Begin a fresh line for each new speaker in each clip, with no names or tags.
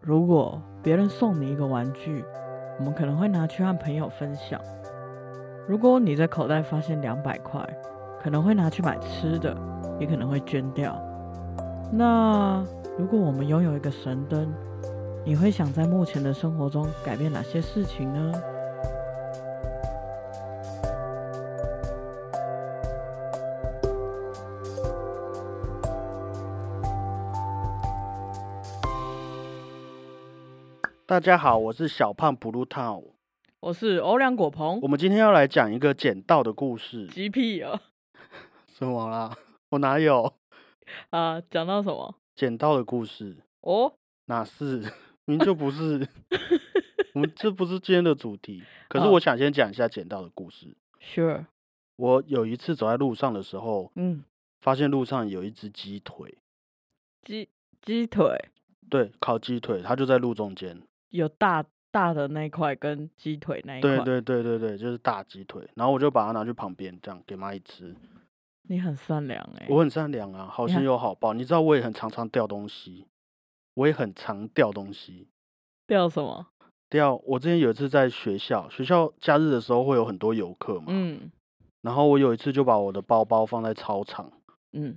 如果别人送你一个玩具，我们可能会拿去和朋友分享；如果你在口袋发现两百块，可能会拿去买吃的，也可能会捐掉。那如果我们拥有一个神灯，你会想在目前的生活中改变哪些事情呢？
大家好，我是小胖 Blue Town。
我是欧良果鹏
我，们今天要来讲一个捡到的故事。
极屁哦！
什么啦？我哪有
啊，讲到什么？
捡到的故事？
哦，
哪是？明就不是。我们这不是今天的主题。可是
哦
我想先讲一下捡到的故事。
Sure，
我有一次走在路上的时候，
嗯，
发现路上有一只鸡腿，
鸡鸡腿
对，烤鸡腿，它就在路中间。
有大大的那一块跟鸡腿那一块，
对对对对对，就是大鸡腿。然后我就把它拿去旁边，这样给蚂蚁吃。
你很善良哎、
我很善良啊，好
你
心
看
有好报。你知道我也很常常掉东西，我也很常掉东西。
掉什么？
掉，我之前有一次在学校，学校假日的时候会有很多游客嘛，
嗯
然后我有一次就把我的包包放在操场，
嗯，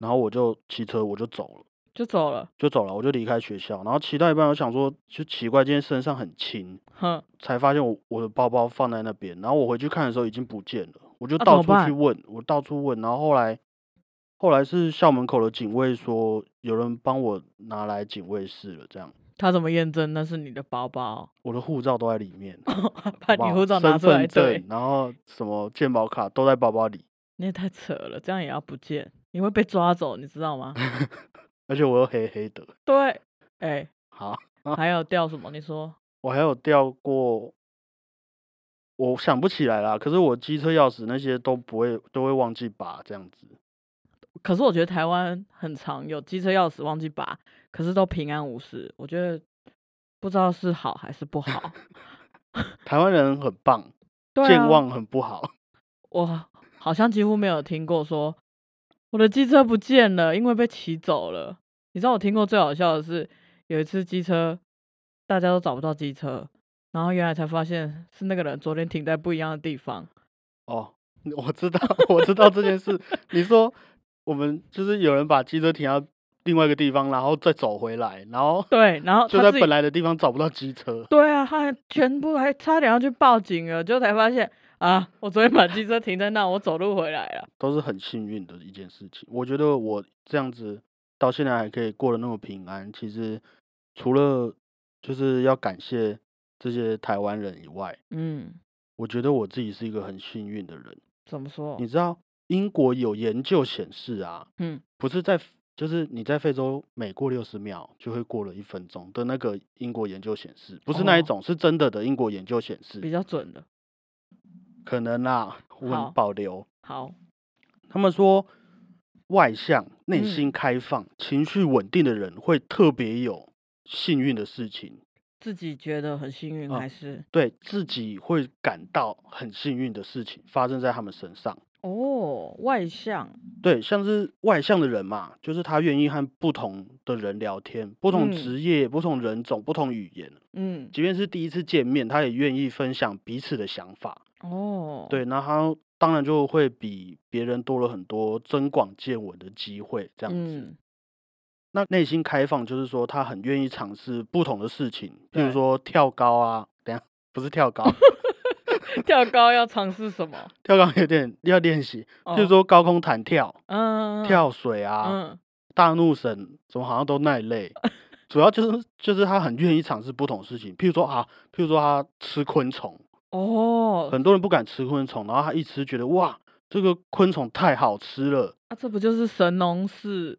然后我就骑车我就走了，
就走了，
就走了，我就离开学校，然后骑到一半，我想说就奇怪，今天身上很轻，
哼，
才发现我我的包包放在那边，然后我回去看的时候已经不见了，我就
啊那怎么
到处去
办
问，我到处问，然后后来后来是校门口的警卫说有人帮我拿来警卫室了，这样
他怎么验证那是你的包包？
我的护照都在里面，
把
好不
你
好
护照拿
身
出来
份
对
证，，然后什么健保卡都在包包里，
你也太扯了，这样也要不见，你会被抓走，你知道 吗？
而且我又黑黑的。
对， 哎、
好，
还有掉什么？你说
我还有掉过，我想不起来啦。可是我机车钥匙那些都不会，都会忘记拔这样子。
可是我觉得台湾很常有机车钥匙忘记拔，可是都平安无事。我觉得不知道是好还是不 好。
台湾人很棒，
对、啊，
健忘很不好。
我好像几乎没有听过说我的机车不见了，因为被骑走了。你知道我听过最好笑的是，有一次机车大家都找不到机车，然后原来才发现是那个人昨天停在不一样的地方。
哦，我知道， 我知道这件事。你说我们就是有人把机车停到另外一个地方，然后再走回来，然后
对，然后
就
他
在
自己
本来的地方找不到机车。
对啊，他还全部还差点要去报警了，就才发现啊，我昨天把机车停在那，我走路回来了。
都是很幸运的一件事情。我觉得我这样子到现在还可以过得那么平安，其实除了就是要感谢这些台湾人以外，
嗯，
我觉得我自己是一个很幸运的人。
怎么说
你？知道，英国有研究显示啊，
嗯，
不是在就是你在非洲每过六十秒就会过了一分钟的那个英国研究显示，不是那
哦
一种，是真的的英国研究显
比
示，
较准的。
可能啦，我
好
很保留。
好，
他们说，外向、内
嗯
心开放、情绪稳定的人会特别有幸运的事情，
自己觉得很幸运、
啊
还是
对自己会感到很幸运的事情发生在他们身上。
哦外向？
对，像是外向的人嘛，就是他愿意和不同的人聊天，不同
嗯
职业、不同人种、不同语言，
嗯，
即便是第一次见面，他也愿意分享彼此的想法。
哦，，
对，那他当然就会比别人多了很多增广见闻的机会，这样子。
嗯
那内心开放就是说，他很愿意尝试不同的事情，譬
对
如说跳高啊，等一下不 是跳高，
跳高要尝试什么？
跳高有点要练习，譬如
哦
说高空弹跳、
嗯，
跳水啊、
嗯，
大怒神，怎么好像都那一 类。主要就是就是他很愿意尝试不同的事情，譬如说啊，譬如说他吃昆虫，
哦，
很多人不敢吃昆虫，然后他一吃觉得哇，这个昆虫太好吃了
啊，这不就是神农氏？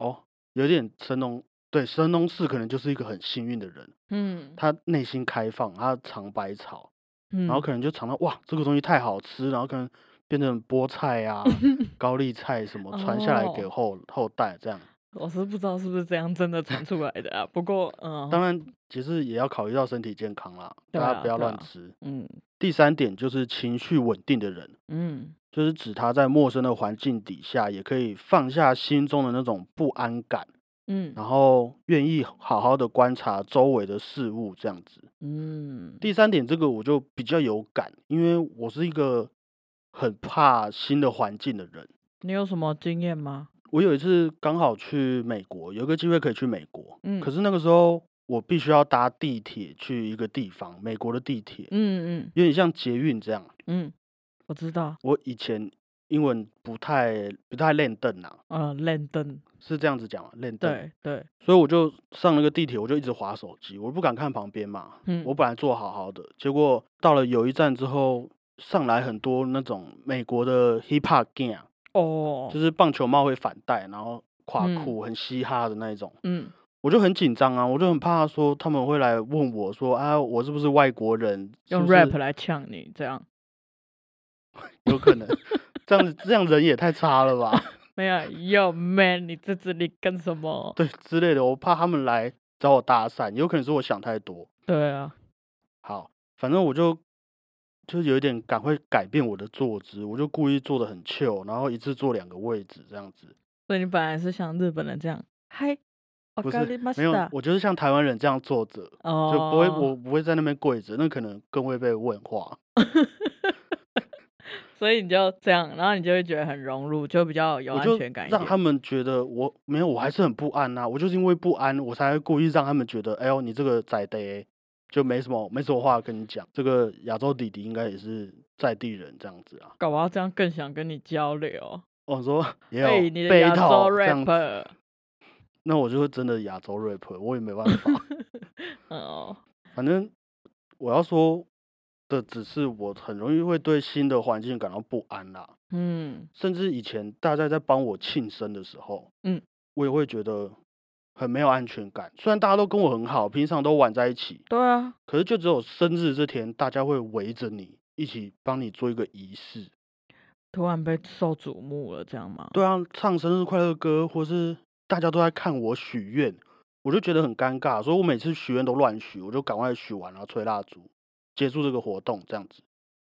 哦，有点神农对神农氏可能就是一个很幸运的人，
嗯，
他内心开放，他尝百草，
然
然后可能就尝到哇，这个东西太好吃，然后可能变成菠菜 啊、高丽菜什么传下来给
哦
后后代这样。
我是不知道是不是这样真的传出来的啊，不过嗯，
当然，其实也要考虑到身体健康啦，
对
大
啊
家不要
对
乱
啊
吃。
嗯
第三点就是情绪稳定的人，
嗯，
就是指他在陌生的环境底下也可以放下心中的那种不安感，
嗯
然后愿意好好的观察周围的事物，这样子。
嗯，
第三点，这个我就比较有感，因为我是一个很怕新的环境的人。
你有什么经验吗？
我有一次刚好去美国，有一个机会可以去美国，
嗯，
可
是
是那个时候我必须要搭地铁去一个地方，美国的地铁
嗯嗯
有点像捷运这样。
嗯，我知道，
我以前英文不太不太练凳啊，
呃，练灯，
是这样子讲吗？练凳，
对对，
所以我就上了个地铁，我就一直划手机，我不敢看旁边嘛。
嗯，
我本来坐好好的，结果到了有一站之后，上来很多那种美国的 hip hop gang，啊
哦，
就是棒球帽会反戴，然后垮
嗯
裤，很嘻哈的那一种。
嗯
我就很紧张啊，我就很怕说他们会来问我说啊，我是不是外国人？是
用
不是
rap 来呛你这样，
有可能，这样这样人也太差了吧？
没有，Yo man，你在这里干什么？
对之类的，我怕他们来找我搭讪，有可能是我想太多。
对啊，
好，反正我就就有一点赶快改变我的坐姿，我就故意坐的很 chill，然后一次坐两个位置这样子。
所以你本来是像日本人这样，嗨，我
不是
咖喱哦马
没有，
哦，
我就是像台湾人这样坐着，就不会我不会在那边跪着，那可能更会被问话。
所以你就这样，然后你就会觉得很融入，就比较有
我
安
就
全感一
让他
点。
们觉得我没有，我还是很不安呐、我就是因为不安，我才会故意让他们觉得，哎呦，你这个仔的欸，就没什么没什么话跟你讲。这个亚洲弟弟应该也是在地人这样子啊。
搞不好这样更想跟你交流。
我说 也有
哎、你的
被
亚洲
套这样子
rapper，
那我就是真的亚洲 rap，我也没办法。
哦，
反正我要说的只是我很容易会对新的环境感到不安啦，
嗯
甚至以前大家在帮我庆生的时候，
嗯，
我也会觉得很没有安全感。虽然大家都跟我很好，平常都玩在一起，
对啊，
可是就只有生日这天，大家会围着你一起帮你做一个仪式。
突然被受瞩目了，这样吗？
对啊，唱生日快乐歌，或是大家都在看我许愿，我就觉得很尴尬，所以我每次许愿都乱许，我就赶快许完，然后吹蜡烛，结束这个活动，这样子，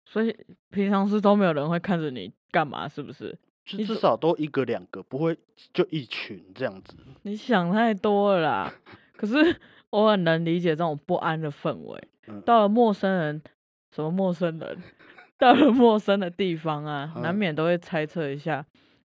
所以平常是都没有人会看着你干嘛，是不是？
就
你
至
怎
少都一个两个，不会就一群这样子。
你想太多了啦。可是我很能理解这种不安的氛围。
嗯
到了陌生人，什么陌生人， 到了陌生的地方啊，难
嗯
免都会猜测一下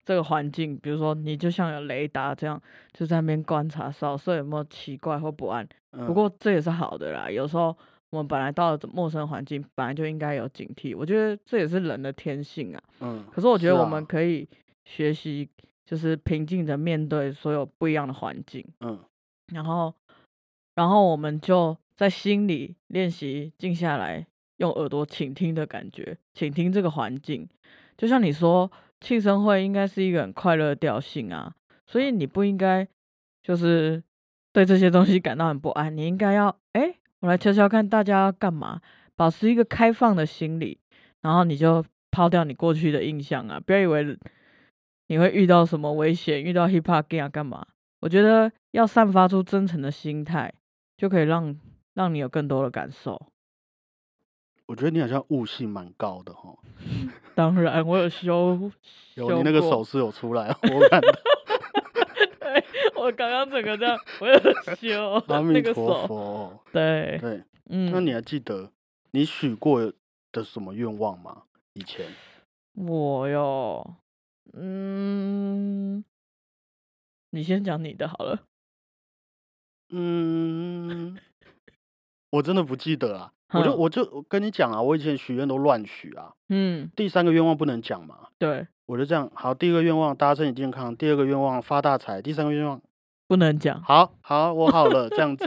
这个环境。比如说，你就像有雷达这样，就在那边观察扫射有没有奇怪或不安。不
嗯
过这也是好的啦，有时候我们本来到了陌生环境，本来就应该有警惕。我觉得这也是人的天性啊。
嗯，
可是我觉得
啊
我们可以学习，就是平静的面对所有不一样的环境，
嗯
然后，然后我们就在心里练习静下来，用耳朵倾听的感觉，倾听这个环境。就像你说，庆生会应该是一个很快乐的调性啊，所以你不应该就是对这些东西感到很不安，你应该要哎，诶我来瞧瞧看大家要干嘛，保持一个开放的心理，然后你就抛掉你过去的印象啊，不要以为你会遇到什么危险，遇到 hip hop gang 啊干嘛？我觉得要散发出真诚的心态，就可以让让你有更多的感受。
我觉得你好像悟性蛮高的 哈，
当然，我有修，
有
修
你那个
过
手势有出来， 我看到
对我刚刚整个这 样，我有修
阿
那
弥
个
陀
手，
佛。哦
对，
对，
嗯，
那你还记得你许过的什么愿望吗？以前
我哟，嗯，你先讲你的好了。
嗯， 我真的不记得啦。我就
哼
我就我跟你讲啊，我以前许愿都乱许啊。
嗯，
第三个愿望不能讲嘛，
对，
我就这样。好，第一个愿望大家身体健康，第二个愿望发大财，第三个愿望
不能讲，
好好我好了这 样子，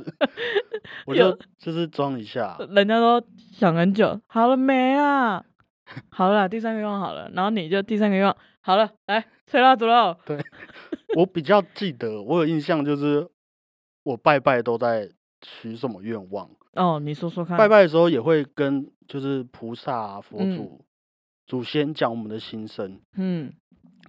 我
有
就就是装 一下。啊
人家都想很久，好了没啊？好了，第三个愿望好了，然后你就第三个愿望好了，来吹蜡烛喽。
我比较记得，我有印象就是我拜拜都在许什么愿望，
哦，你说说看，
拜拜的时候也会跟就是菩萨、啊、佛
嗯
祖、祖先讲我们的心声。
嗯，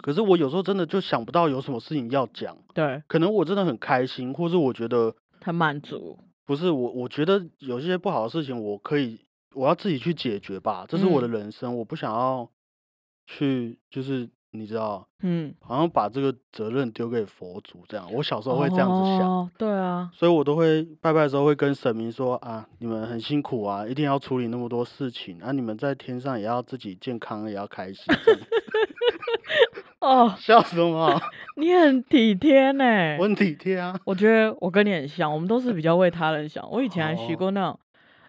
可是我有时候真的就想不到有什么事情要讲，
对，
可能我真的很开心，或是我觉得
很满足，
不是我，我觉得有些不好的事情我可以我要自己去解决吧，这是我的人生，我不想要去就是你知道，
嗯，
好像把这个责任丢给佛祖这样。我小时候会这样子想，
哦、对啊，
所以我都会拜拜的时候会跟神明说啊，你们很辛苦啊，一定要处理那么多事情啊，你们在天上也要自己健康，也要开心这样。
哦，
笑什么？啊
你很体贴呢。
我很体贴啊。
我觉得我跟你很像，我们都是比较为他人想。我以前还许
哦
过那种，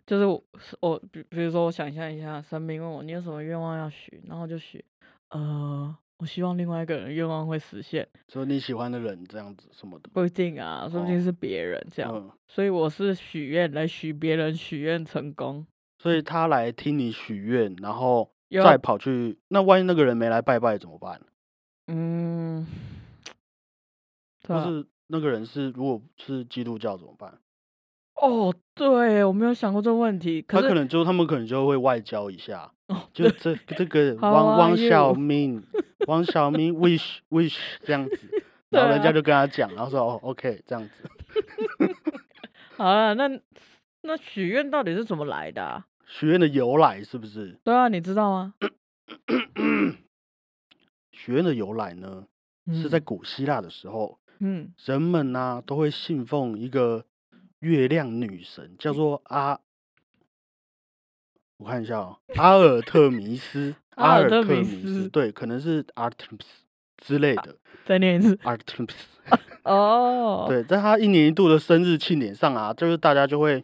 就是我我比比如说我想象一下，神明问我你有什么愿望要许，然后我就许，呃，我希望另外一个人的愿望会实现，
说你喜欢的人这样子什么的，
不一定啊，说不定
哦
是别人这样。
嗯，
所以我是许愿来许别人许愿成功，
所以他来听你许愿，然后
又
再
要
跑去，那万一那个人没来拜拜怎么办？
嗯，对
或
啊、
是那个人是如果是基督教怎么办？
哦，对我没有想过这个问题，
他
可
可
是
能就他们可能就会外交一下，
哦，
就
对
这这个
How
汪
are
汪小
you？
明，汪小 明 wish wish 这样子，然
对
后人家
啊
就跟他讲，然后说哦 OK 这样子，
好啊，那那许愿到底是怎么来的、啊？
许愿的由来是不是？
对啊，你知道吗？
许愿的由来呢，是在
嗯
古希腊的时候，
嗯
人们呢、都会信奉一个月亮女神，
嗯
叫做阿，我看一下哦，阿尔特弥斯，
阿尔特
特
弥斯啊
斯，对，可能是 Artemis 之类的
再念一 次
Artemis。
哦。，
对，在他一年一度的生日庆典上啊，就是大家就会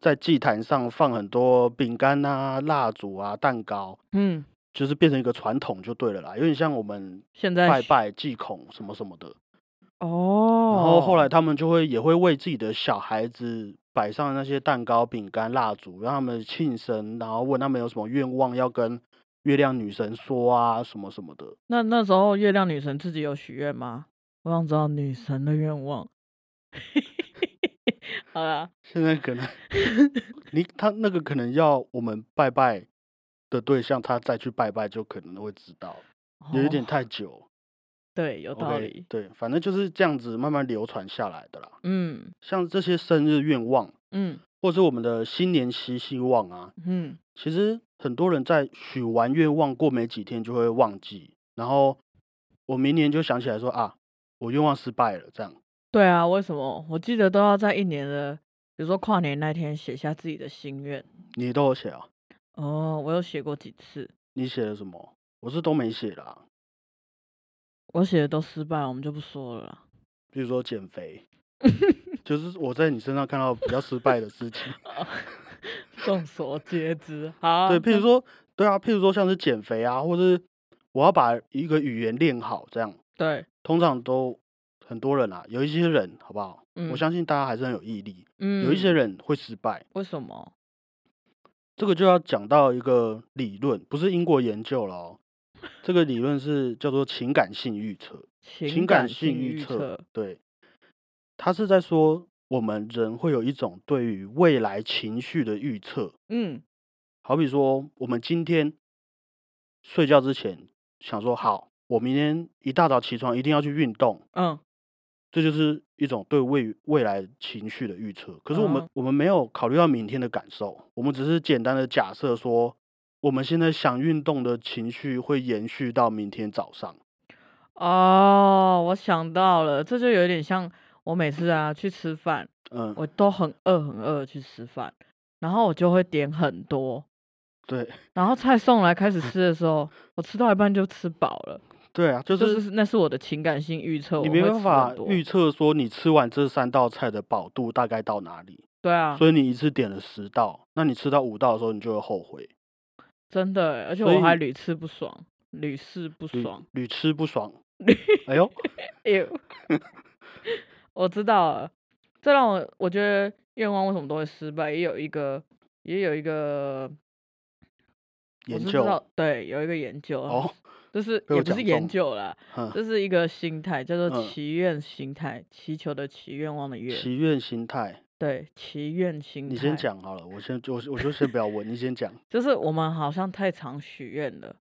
在祭坛上放很多饼干啊、蜡烛啊、蛋糕，
嗯，
就是变成一个传统就对了啦，有点像我们
现在
拜
许
拜、祭孔什么什么的。
哦。
然后后来他们就会也会为自己的小孩子摆上那些蛋糕、饼干、蜡烛，让他们庆生，然后问他们有什么愿望要跟月亮女神说啊，什么什么的。
那那时候月亮女神自己有许愿吗？我想知道女神的愿望。 好啦，
现在 可能你他那个可能要我们拜拜的对象，他再去拜拜就可能会知道，有一
哦
点太久。
对，有道
OK，
理。
对，反正就是这样子慢慢流传下来的啦。
嗯
像这些生日愿望，
嗯
或是我们的新年新希望啊，
嗯，
其实很多人在许完愿望过没几天就会忘记，然后我明年就想起来说啊，我愿望失败了，这样
对啊，为什么？我记得都要在一年的，比如说跨年那天写下自己的心愿。
你都有写啊？
哦，我有写过几次，
你写了什么？我是都没写啦，
我写的都失败了，我们就不说了啦。
比如说减 肥，就是我在你身上看到比较失败的 事情，
众所皆知。好，
对，譬如说，对啊，譬如说像是减肥啊，或是我要把一个语言练好，这样
对，
通常都很多人啊，有一些人好不好？
嗯
我相信大家还是很有毅力，
嗯，
有一些人会失败。
为什么？
这个就要讲到一个理论，不是英国研究了哦。这个理论是叫做情感性预测，
情
感
性
性
预
预测，对，它是在说我们人会有一种对于未来情绪的预测。
嗯
好比说，我们今天睡觉之前想说，好，我明天一大早起床一定要去运动，
嗯，
这就是一种对未未来情绪的预测。可是我们、
哦
我们没有考虑到明天的感受，我们只是简单的假设说，我们现在想运动的情绪会延续到明天早上。
哦，我想到了，这就有点像我每次啊去吃饭，
嗯，
我都很饿很饿去吃饭，然后我就会点很多，
对
然后菜送来开始吃的时候，我吃到一半就吃饱了，
对啊，就
就是是那是我的情感性预测，
你
我
没
会
办
吃
法
很多
预测说你吃完这三道菜的饱度大概到哪里，
对啊，
所以你一次点了十道，那你吃到五道的时候你就会后悔，
真的欸，而且
所
我还
以
屡次不爽，屡试不
屡
爽。
屡吃 不爽。哎呦，
哎呦， 我知道了，这让我我觉得愿望为什么都会失败，也有一个也有一个我
研
是知
究
道，对，有一个研究，
哦，
就是
被
也
我
不是
讲
研
中
究啦，
嗯，
这是一个心态，叫做
嗯
祈愿心态，祈求的祈，愿望的愿，
祈愿心态。
对，祈愿心态。
你先，讲好了，我先我我就先不要问，你先讲。
就是我们好像太常许愿了，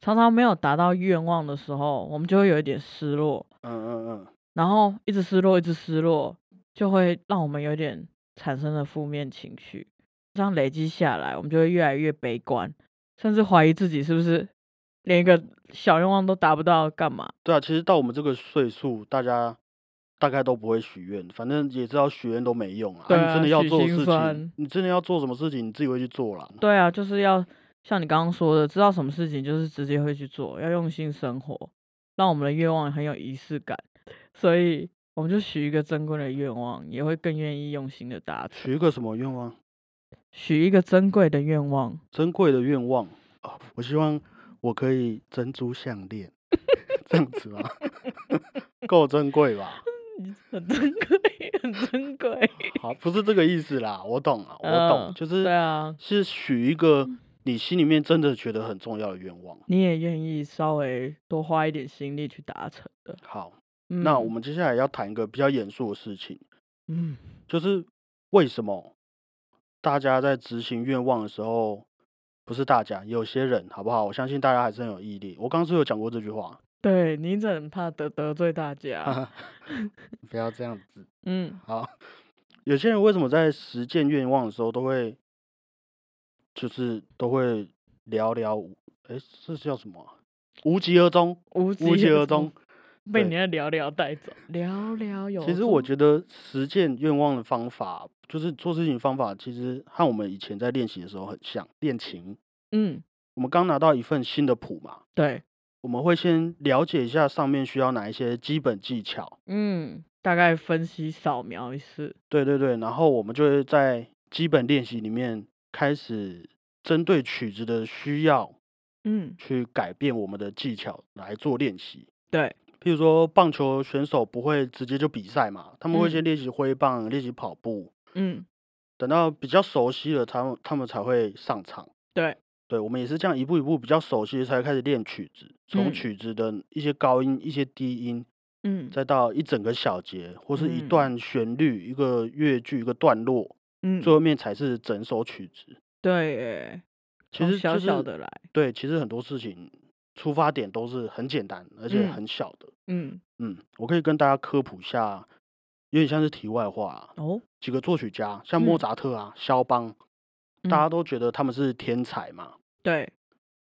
常常没有达到愿望的时候，我们就会有一点失落。
嗯嗯嗯，
然后一直失落，一直失落，就会让我们有点产生了负面情绪。这样累积下来，我们就会越来越悲观，甚至怀疑自己是不是连一个小愿望都达不到，干嘛？
对啊，其实到我们这个岁数，大家大概都不会许愿，反正也知道许愿都没用啊。啊
对
你真
啊
的要
许
做的
心
事
酸
情，你真的要做什么事情，你自己会去做啦。
对啊，就是要像你刚刚说的，知道什么事情就是直接会去做，要用心生活，让我们的愿望很有仪式感。所以我们就许一个珍贵的愿望，也会更愿意用心的达成。
许一个什么愿望？
许一个珍贵的愿望，
珍贵的愿望哦，我希望我可以珍珠项链， 这样子吗？ 够珍贵吧？
很珍贵，很珍贵。
好，不是这个意思啦，我懂啊，我懂，
嗯
就
对
是
啊，
是许一个你心里面真的觉得很重要的愿望。
你也愿意稍微多花一点心力去达成的。
好，
嗯、
那我们接下来要谈一个比较严肃的事情，
嗯，
就是为什么大家在执行愿望的时候，不是大家，有些人，好不好？我相信大家还是很有毅力。我刚刚是不是有讲过这句话，
对你真的很怕得得罪大家。
不要这样子。
嗯，
好， 有些人为什么在实践愿望的时候都会，就是都会寥寥无，哎、这叫什么啊、无疾而终，
无
无疾而终。
被
对
你的聊聊带走，聊聊有。
其实我觉得实践愿望的方法，就是做事情方法，其实和我们以前在练习的时候很像。练琴，
嗯，
我们刚拿到一份新的谱嘛，
对，
我们会先了解一下上面需要哪一些基本技巧。
嗯，大概分析扫描一次，
对对对，然后我们就会在基本练习里面开始针对曲子的需要
嗯，
去改变我们的技巧来做练习。
对，
譬如说，棒球选手不会直接就比赛嘛，他们会先练习挥棒，练习跑步，
嗯，
等到比较熟悉了，他们他们才会上场。
对，
对，我们也是这样一步一步比较熟悉，才开始练曲子，从
嗯
曲子的一些高音、一些低音，
嗯，
再到一整个小节或是一
嗯
段旋律、一个乐句、一个段落，
嗯，
最后面才是整首曲子。
对耶，
其
从
实
哦小
就
小
是
的来，
对，其实很多事情出发点都是很简单，而且
嗯
很小的。
嗯，
嗯，我可以跟大家科普一下，有点像是题外话啊、
哦，
几个作曲家，像莫
嗯
扎特啊、肖邦，大家
嗯
都觉得他们是天才嘛。
对，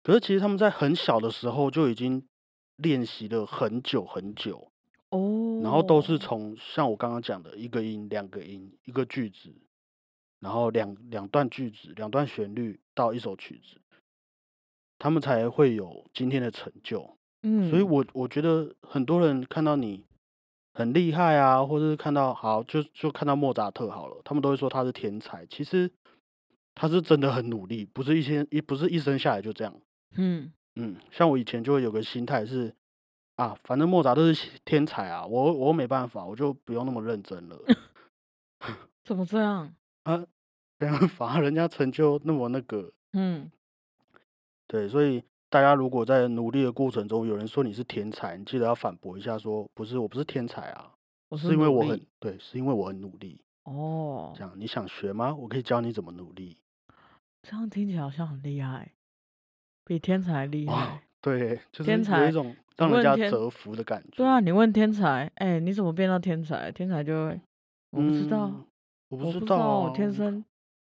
可是其实他们在很小的时候就已经练习了很久很久，
哦，
然后都是从像我刚刚讲的一个音、两个音、一个句子，然后两两段句子、两段旋律到一首曲子，他们才会有今天的成就。
嗯，
所以我我觉得很多人看到你很厉害啊，或者是看到好就就看到莫扎特好了，他们都会说他是天才。其实他是真的很努力，不是一天一不是一生下来就这样。
嗯
嗯，像我以前就会有个心态是啊，反正莫扎特是天才啊，我我没办法，我就不用那么认 真了，
怎么这样？
这样反而人家成就那么那个。
嗯，
对，所以大家如果在努力的过程中，有人说你是天才，你记得要反驳一下说不是，我不是天才啊，
我
是因为
努
我
力
很对，是因为我很努力。
哦
这，样你想学吗？我可以教你怎么努力。
这样听起来好像很厉害，比天才厉
哇哦
害。
对，就是
天
有
才
一种让
问
人家
天
折服的感觉。
对啊，，你问天才，哎、你怎么变到天才？天才就会，我不知道，
嗯，
我
我不知
不
道啊，
我天生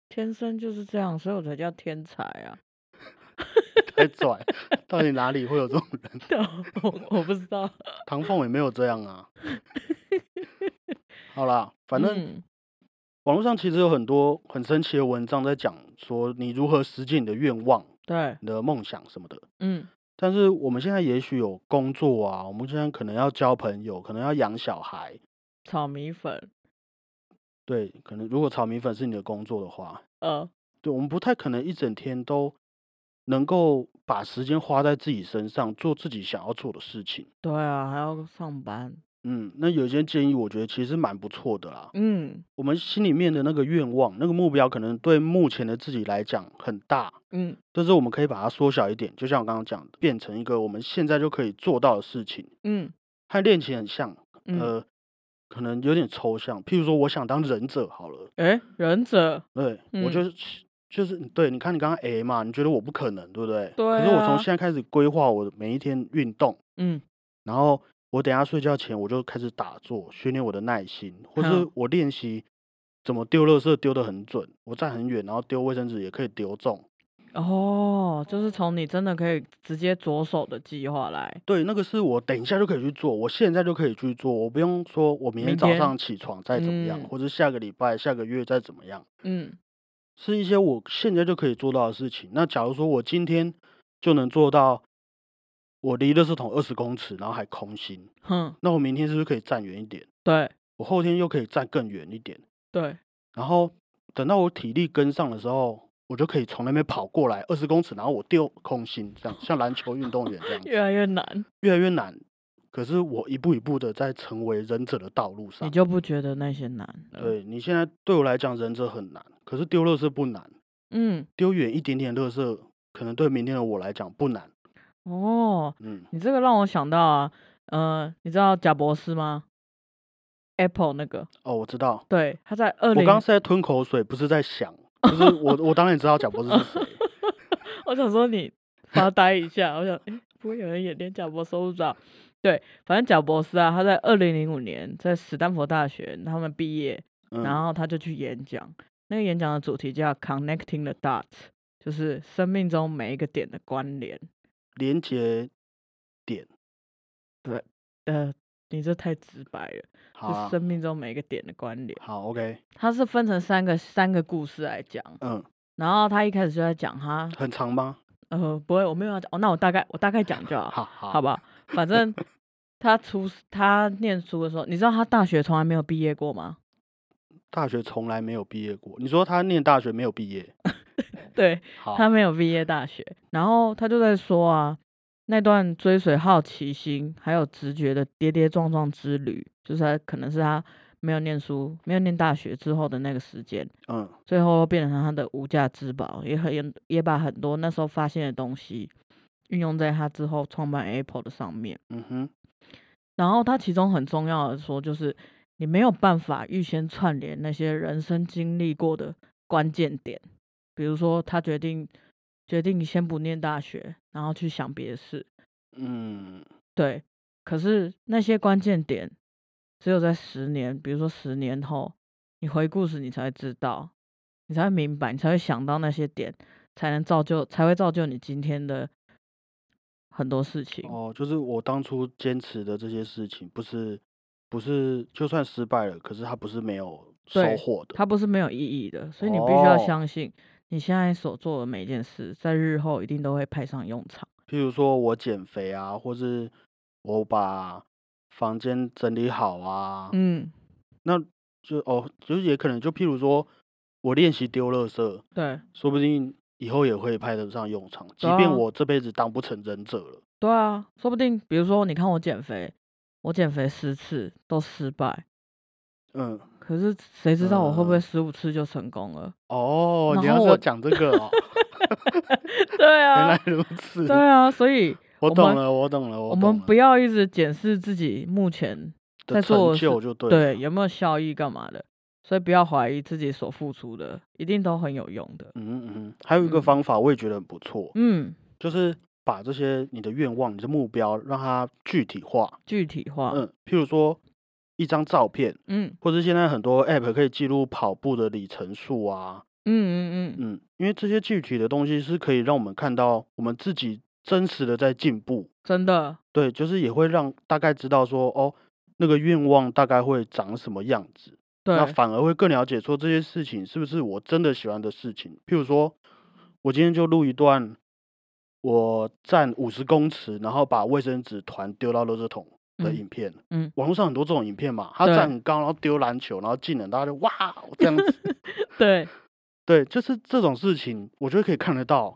天生就是这样，所以我才叫天才 啊。
太拽， 到底哪里会有这种人？
我我不知道，
唐凤也没有这样啊。好啦，反正
嗯
网络上其实有很多很神奇的文章在讲说你如何实现你的愿望、
对，
你的梦想什么的。
嗯
但是我们现在也许有工作啊，我们现在可能要交朋友，可能要养小孩，
炒米粉，
对，可能如果炒米粉是你的工作的话，
呃，
对我们不太可能一整天都能够把时间花在自己身上，做自己想要做的事情。
对啊，还要上班，
嗯，那有一些建议，我觉得其实蛮不错的啦。
嗯
我们心里面的那个愿望、那个目标，可能对目前的自己来讲很大，
嗯
但是我们可以把它缩小一点，就像我刚刚讲的，变成一个我们现在就可以做到的事情，
嗯
和练琴很像，
嗯，
呃，可能有点抽象。譬如说，我想当忍者好了。
哎、忍者，
对，我
嗯
就是就是对，你看你刚刚 A 嘛，你觉得我不可能，对不对？
对
可是我
啊
从现在开始规划我的每一天运动，
嗯
然后我等一下睡觉前我就开始打坐，训练我的耐心，或是
好
我练习怎么丢垃圾丢得很准，我站很远，然后丢卫生纸也可以丢中。
哦，就是从你真的可以直接着手的计划来，
对，那个是我等一下就可以去做，我现在就可以去做，我不用说我明天
明
早
天
上起床再怎么样，
嗯
或者下个礼拜、下个月再怎么样，
嗯
是一些我现在就可以做到的事情。那假如说我今天就能做到，我离垃圾桶二十公尺，然后还空心，
哼，
那我明天是不是可以站远一点？
对
我后天又可以站更远一点，
对，
然后等到我体力跟上的时候，我就可以从那边跑过来二十公尺，然后我丢空心，这样像篮球运动员这样 子，
越来越难，
越来越难。可是我一步一步的在成为忍者的道路上
你。就不觉得那些难了？，
对你现在对我来讲，忍者很难，可是丢垃圾不难，
嗯，
丢远一点点垃圾，可能对明天的我来讲不难。
哦，
嗯，
你这个让我想到啊，呃，你知道贾博士吗？Apple 那个，
哦，我知道，
对，他在二
我刚
零
刚是在吞口水，不是在想，就是我我当然也知道贾博士 是谁，
我想说你发呆一下，我想，诶不会有人也连贾博士都不知道。对，反正贾博士啊，他在二零零五年在史丹佛大学他们毕业，然
嗯，
后他就去演讲。那个演讲的主题叫 “Connecting the Dots”，就是生命中每一个点的关联。
连接点，
呃，你这太直白了，
好、
就是
啊，
生命中每一个点的关联。
好，OK，
它是分成三个三个故事来讲，
嗯，
然后他一开始就在讲他，
很长吗？
呃，不会，我没有要讲，哦，那我大概我大概讲就好。
好好
好，吧，反 正他出他念书的时候，你知道他大学从来没有毕业过吗？
大学从来没有毕业过。你说他念大学没有毕业，
对
好，
他没有毕业大学，然后他就在说啊，那段追随好奇心还有直觉的跌跌撞撞之旅，就是他可能是他没有念书、没有念大学之后的那个时间，
嗯
最后变成他的无价之宝，也很也把很多那时候发现的东西运用在他之后创办 Apple 的上面。
嗯哼，
然后它其中很重要的说，就是你没有办法预先串联那些人生经历过的关键点，比如说他决定决定先不念大学，然后去想别的事，
嗯，
对。可是那些关键点，只有在十年，比如说十年后，你回顾时你才会知道，你才会明白，你才会想到那些点，才能造就，才会造就你今天的很多事情。
哦，就是我当初坚持的这些事情，不是不是，就算失败了，可是他不是没有收
对
获的。
它不是没有意义的，所以你必须要
哦
相信你现在所做的每一件事，在日后一定都会派上用场。
譬如说我减肥啊，或是我把房间整理好啊，
嗯，
那就哦，就是也可能就譬如说我练习丢垃圾，
对，
说不定以后也会派得上用场。即
对
便
啊
我这辈子当不成忍者了，
对啊，说不定，比如说，你看我减肥，我减肥十次都失败，
嗯，
可是谁知道我会不
嗯
会十五次就成功了？
哦，你
然
要
后
是要
我
讲这个 哦，
对
原来
啊，
如 此，
对啊，所以
我
我
懂
们
了，我懂了，
我
我
们
懂了
不要一直检视自己目前
的
在做
成
的
就
事
就对啊了，
对有没有效益干嘛的，所以不要怀疑自己所付出的，一定都很有用的。
嗯嗯嗯，还有一个
嗯
方法我也觉得很不错，
嗯，
就是把这些你的愿望、你的目标让它具体化，
具体化，
嗯，譬如说一张照片，
嗯
或者现在很多 app 可以记录跑步的里程数啊，
嗯嗯嗯，
嗯，因为这些具体的东西是可以让我们看到我们自己真实的在进步，
真的，
对，就是也会让大概知道说哦。那个愿望大概会长什么样子？
对
那，反而会更了解说这些事情是不是我真的喜欢的事情。譬如说，我今天就录一段，我站五十公尺，然后把卫生纸团丢到垃圾桶的
嗯
影片。
嗯
网络上很多这种影片嘛，他
对
站很高，然后丢篮球，然后进了，大家就哇哦这样 子。
对，
对，就是这种事情，我觉得可以看得到，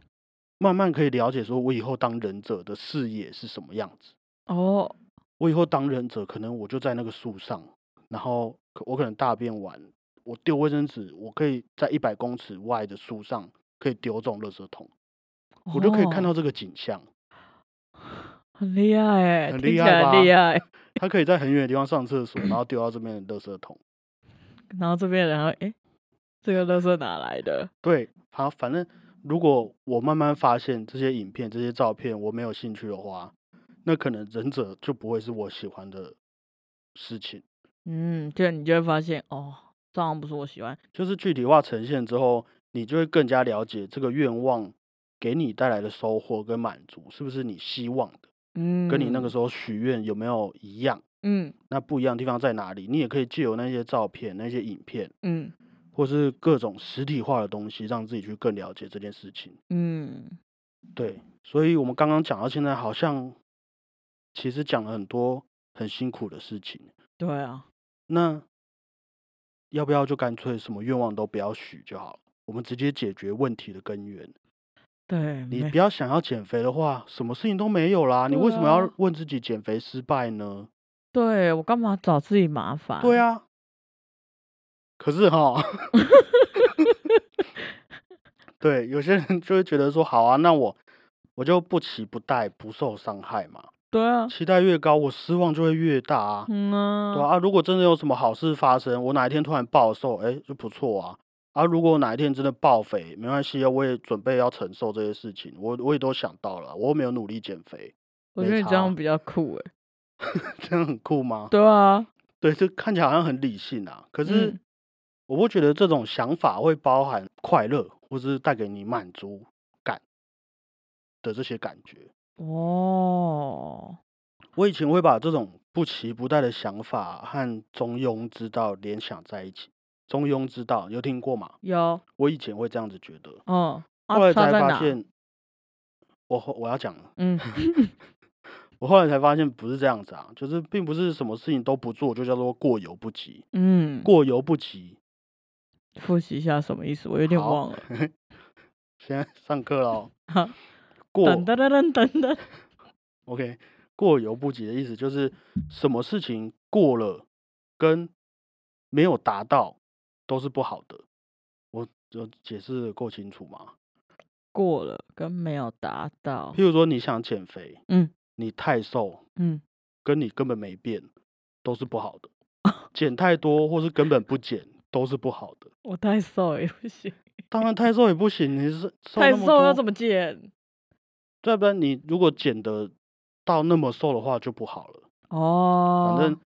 慢慢可以了解说我以后当忍者的视野是什么样子。
哦，
我以后当忍者，可能我就在那个树上，然后可我可能大便完，我丢卫生纸，我可以在一百公尺外的树上可以丢这种垃圾桶，我就可以看
哦
到这个景象。
很厉害哎，
很
听
厉
起
害
来很厉害。
他可以在很远的地方上厕所，然后丢到这边的垃圾桶。
然后这边然后哎，这个乐色哪来的？
对，好，反正如果我慢慢发现这些影片、这些照片我没有兴趣的话，那可能忍者就不会是我喜欢的事情。
嗯，就你就会发现哦，这好像不是我喜欢。
就是具体化呈现之后，你就会更加了解这个愿望给你带来的收获跟满足，是不是你希望的？
嗯，
跟你那个时候许愿有没有一样？
嗯
那不一样的地方在哪里？你也可以借由那些照片、那些影片，
嗯
或是各种实体化的东西，让自己去更了解这件事情。
嗯
对，所以我们刚刚讲到现在，好像其实讲了很多很辛苦的事情。
对啊，
那要不要就干脆什么愿望都不要许就好了？我们直接解决问题的根源。
对，
你
没
不要想要减肥的话，什么事情都没有啦。你为什么
对啊
要问自己减肥失败呢？
对我干嘛找自己麻烦？
对啊。可 是哈，对，有些人就会觉得说，好啊，那我我就不期不待，不受伤害嘛。
对啊，
期待越高，我失望就会越大啊。
嗯
对
啊，
啊，啊如果真的有什么好事发生，我哪一天突然暴瘦，哎、就不错啊。啊，如果我哪一天真的暴肥，没关系啊，我也准备要承受这些事情，我我也都想到了，我又没有努力减肥，
我
没
觉得你这
差
样比较酷诶、
这样很酷吗？
对啊，
对，这看起来好像很理性啊，可是
嗯
我不觉得这种想法会包含快乐，或是带给你满足感的这些感觉。
哦，
我以前会把这种不期不待的想法和中庸之道联想在一起。中庸之道，你有听过吗？
有，
我以前会这样子觉得，
嗯，
后
啊，
来
差
才
在
发
哪？
现，我后我要讲了，
嗯
我后来才发现不是这样子啊，就是并不是什么事情都不做就叫做过犹不及，
嗯，
过犹不及。
复习一下什么意思，我有点
好
忘了。
现在 上课了哦
好，
过
等等等等等等，
OK，过犹不及的意思就是什么事情过了跟没有达到都是不好的。我就解释的够清楚吗？
过了跟没有达到，
譬如说你想减肥，
哦嗯，
你太瘦
嗯，
跟你根本没变都是不好 的，减太多或是根本不减都是不好 的。
我太瘦也不行，
当然太瘦也不行，你是瘦
太
那么
瘦要
多
怎么减？
再不然你如果减的到那么瘦的话就不好了。
哦，
反正、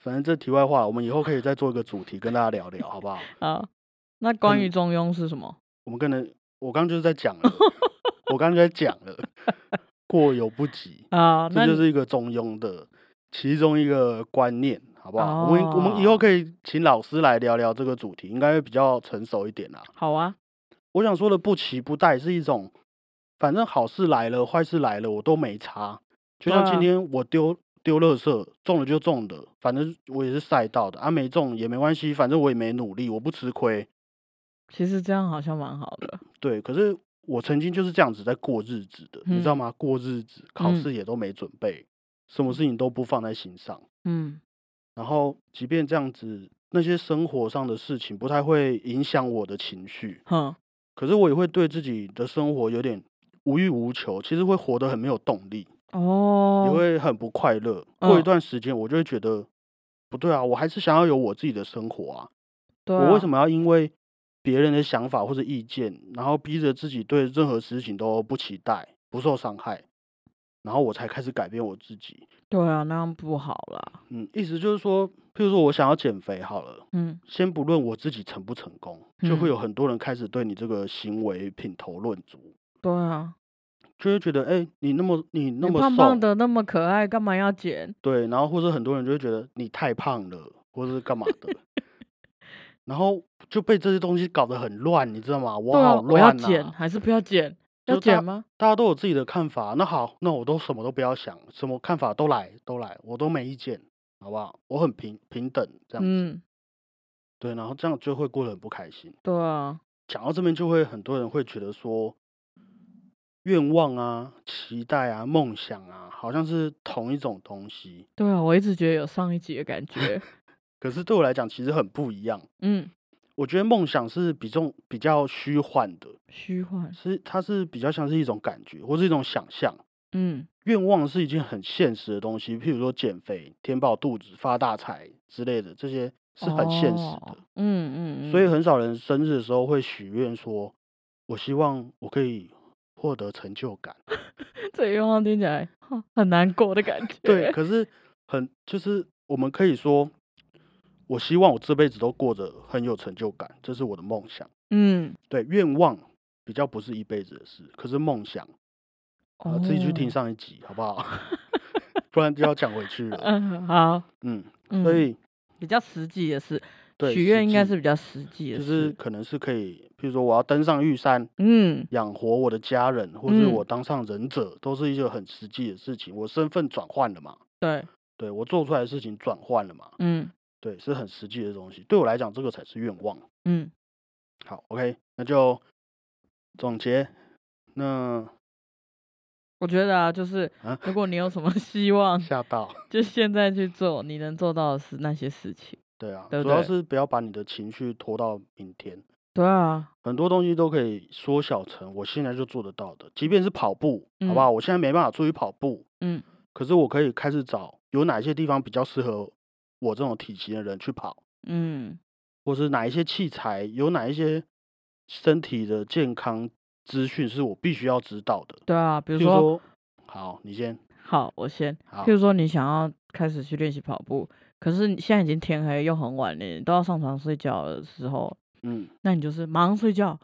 反正这题外话，我们以后可以再做一个主题跟大家聊聊，好不好？
好，那关
嗯
于中庸是什么？
我们跟人，我刚刚就是在讲了，我刚刚就在讲了，过犹不及，
啊，那
这就
你
是一个中庸的其中一个观念，好不好？我们我们以后
哦
可以请老师来聊聊这个主题，应该会比较成熟一点啦。
好啊，
我想说的不期不待是一种，反正好事来了，坏事来了，我都没差。就像
对啊
今天我丢丢垃圾，中了就中了，反正我也是赛道的啊，没中也没关系，反正我也没努力，我不吃亏。
其实这样好像蛮好的。
对，可是我曾经就是这样子在过日子的，你知道
嗯
吗？过日子，考
嗯
试也都没准备，什么事情都不放在心上。
嗯
然后，即便这样子，那些生活上的事情不太会影响我的情绪，
哼，
可是我也会对自己的生活有点无欲无求，其实会活得很没有动力，也
哦，
会很不快乐。过
嗯
一段时间，我就会觉得不对啊，我还是想要有我自己的生活啊。
对
我为什
么？
么要因为别人的想法或者意见，然后逼着自己对任何事情都不期待、不受伤害，然后我才开始改变我自己？
对啊，那样不好啦。
嗯，意思就是说，譬如说我想要减肥好了，
嗯
先不论我自己成不成功，就会
嗯
有很多人开始对你这个行为品头论足，
对啊，
就会觉得，哎、你那么你那
你
么
胖
瘦，
胖的那么可爱，干嘛要减？
对，然后或者很多人就会觉得你太胖了，或者是干嘛 的。然后就被这些东西搞得很乱，你知道吗？我
对啊，
好
我要
乱呐、
减还是不要减？要
就大
减吗？
大家都有自己的看法，那好，那我都什么都不要想，什么看法都来都来，我都没意见，好不好？我很平平等这样子，
嗯，
对，然后这样就会过得很不开心。
对啊，
讲到这边，就会很多人会觉得说，愿望啊、期待啊、梦想啊，好像是同一种东西，
对啊，我一直觉得有上一集的感觉。
可是对我来讲其实很不一样。
嗯，
我觉得梦想是比重比较虚幻的，
虚幻。
是它是比较像是一种感觉或是一种想象。
嗯
愿望是一件很现实的东西，譬如说减肥、填饱肚子、发大财之类的，这些 是很现实
哦
的。
嗯嗯，
所以
嗯
很少人生日的时候会许愿说：“我希望我可以获得成就感。
这愿望听起来哼很难过的感觉。”
对，，可是很就是我们可以说，我希望我这辈子都过着很有成就感，这是我的梦想。
嗯，
对，愿望比较不是一辈子的事。可是梦想，呃，自己
哦
去听上一集好不好？ 不然就要讲回去
哦。
了。
嗯，好，
嗯，
嗯，
所以
比较实际的是，
对
许愿
实
应该
际
是比较实际的
就
事，
是可能是可以，譬如说我要登上玉山，
嗯
养活我的家人，或是
嗯
我当上忍者，都是一个很实际的事情。我身份转换了嘛，
对，
对我做出来的事情转换了嘛，
嗯
对，是很实际的东西。对我来讲，这个才是愿望。
嗯，
好，OK，那就总结。 那
我觉得啊，就是
啊
如果你有什么 希望，
吓到，
就现在去做你能做到的事那些事情。
对啊，
对不
主要
对
是不要把你的情绪拖到明天。
对啊，
很多东西都可以缩小成我现在就做得到的，即便是跑步，好不好？我现在没办法出去跑步，
嗯，
可是我可以开始找有哪些地方比较适合我这种体型的人去跑，
嗯
或是哪一些器材，有哪一些身体的健康资讯是我必须要知道的。
对啊，比
比
如
如
说，
说，好，你先
好，我先，
好
譬如说你想要开始去练习跑步，可是你现在已经天黑又很晚了，你都要上床睡觉的时候，
嗯，
那你就是马上睡觉，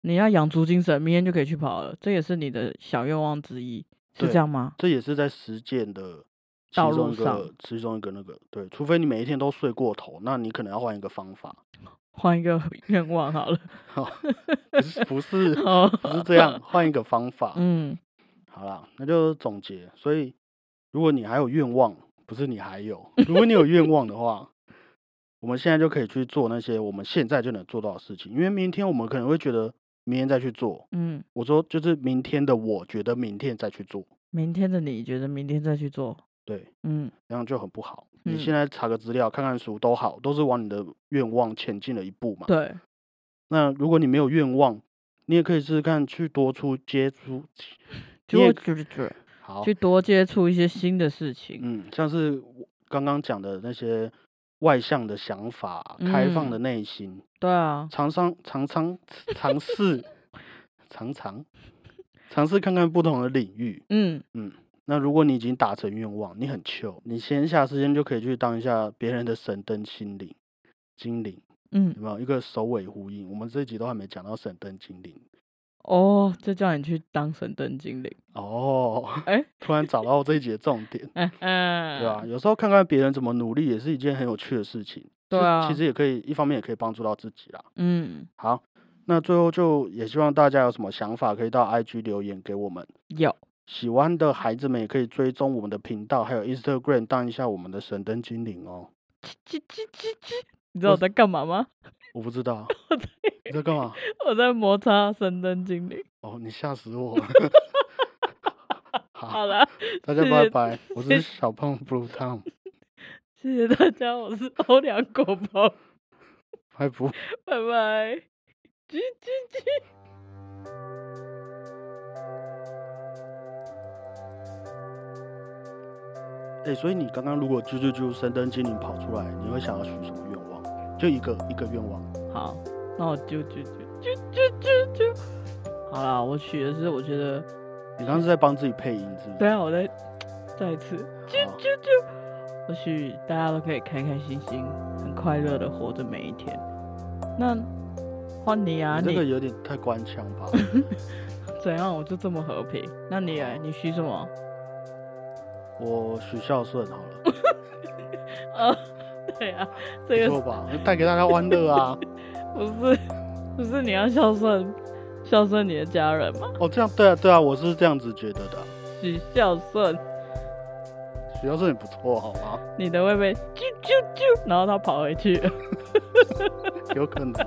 你要养足精神，明天就可以去跑了，这也是你的小愿望之一，是
对
这样吗？
这也是在实践的其
道
中
路
一个
上
其中一个那个对，除非你每一天都睡过头，那你可能要换一个方 法，
换一个愿望好了。
不是不是
哦，
不是这样，换一个方法。
嗯，
好啦，那就总结。所以，如果你还有愿望，不是你还有，如果你有愿望的话，我们现在就可以去做那些我们现在就能做到的事情，因为明天我们可能会觉得明天再去做。
嗯，
我说就是明天的，我觉得明天再去做，
明天的你觉得明天再去做？
对，
嗯，
这样就很不好。
嗯
你现在查个资料、看看书都好，都是往你的愿望前进了一步嘛。
对，
那如果你没有愿望，你也可以试试看去多出接触。你
就
也
就是就是
好，
去多接触一些新的事情。
嗯，像是我刚刚讲的那些外向的想法、开放
嗯
的内心，
对啊，
常常常常尝试，常常尝试看看不同的领域。
嗯，
那如果你已经达成愿望，你很糗，你闲暇时间就可以去当一下别人的神灯心灵精灵，
嗯
有，没有一个首尾呼应？我们这一集都还没讲到神灯精灵
哦，就叫你去当神灯精灵，
哦，
哎
突然找到这一集的重点。
嗯嗯，
对啊，有时候看看别人怎么努力也是一件很有趣的事情。
对
这
啊
其实也可以一方面也可以帮助到自己啦。
嗯，
好，那最后就也希望大家有什么想法可以到 IG 留言给我们。
有，
喜欢的孩子们也可以追踪我们的频道，还有 Instagram 当一下我们的神灯精灵哦。
叽叽叽叽，你知道
我
我在干嘛吗？
我不知道你在干嘛？
我在摩擦神灯精灵。
哦，你吓死我了！ 好，
好了，
大家
谢
拜
谢
拜，我是小胖 Blue Tom，
谢谢大家，我是欧良狗包，
拜拜。
拜拜，叽叽叽。
哎、所以你刚刚如果啾啾啾神灯精灵跑出来，你会想要许什么愿望？就一个一个愿望。
好，那我就就就就就就就，好啦，我取的是我觉得，
你刚刚是在帮自己配音是不是？
对啊，我再再一次，
好
就就，或许大家都可以开开心心、很快乐的活着每一天。那换你啊，
你这个
你
有点太官腔 吧？
怎样？我就这么和平。那你欸你许什么？
我许孝顺好了，
呃，对啊，
不
这个
错吧？带给大家欢乐啊！
不是不是你要孝顺孝顺你的家人吗？
哦，这样对啊对啊，我是这样子觉得的。啊
许孝顺
许孝顺也不错，好吗？
你的会被啾啾啾，然后他跑回去了。
有可能。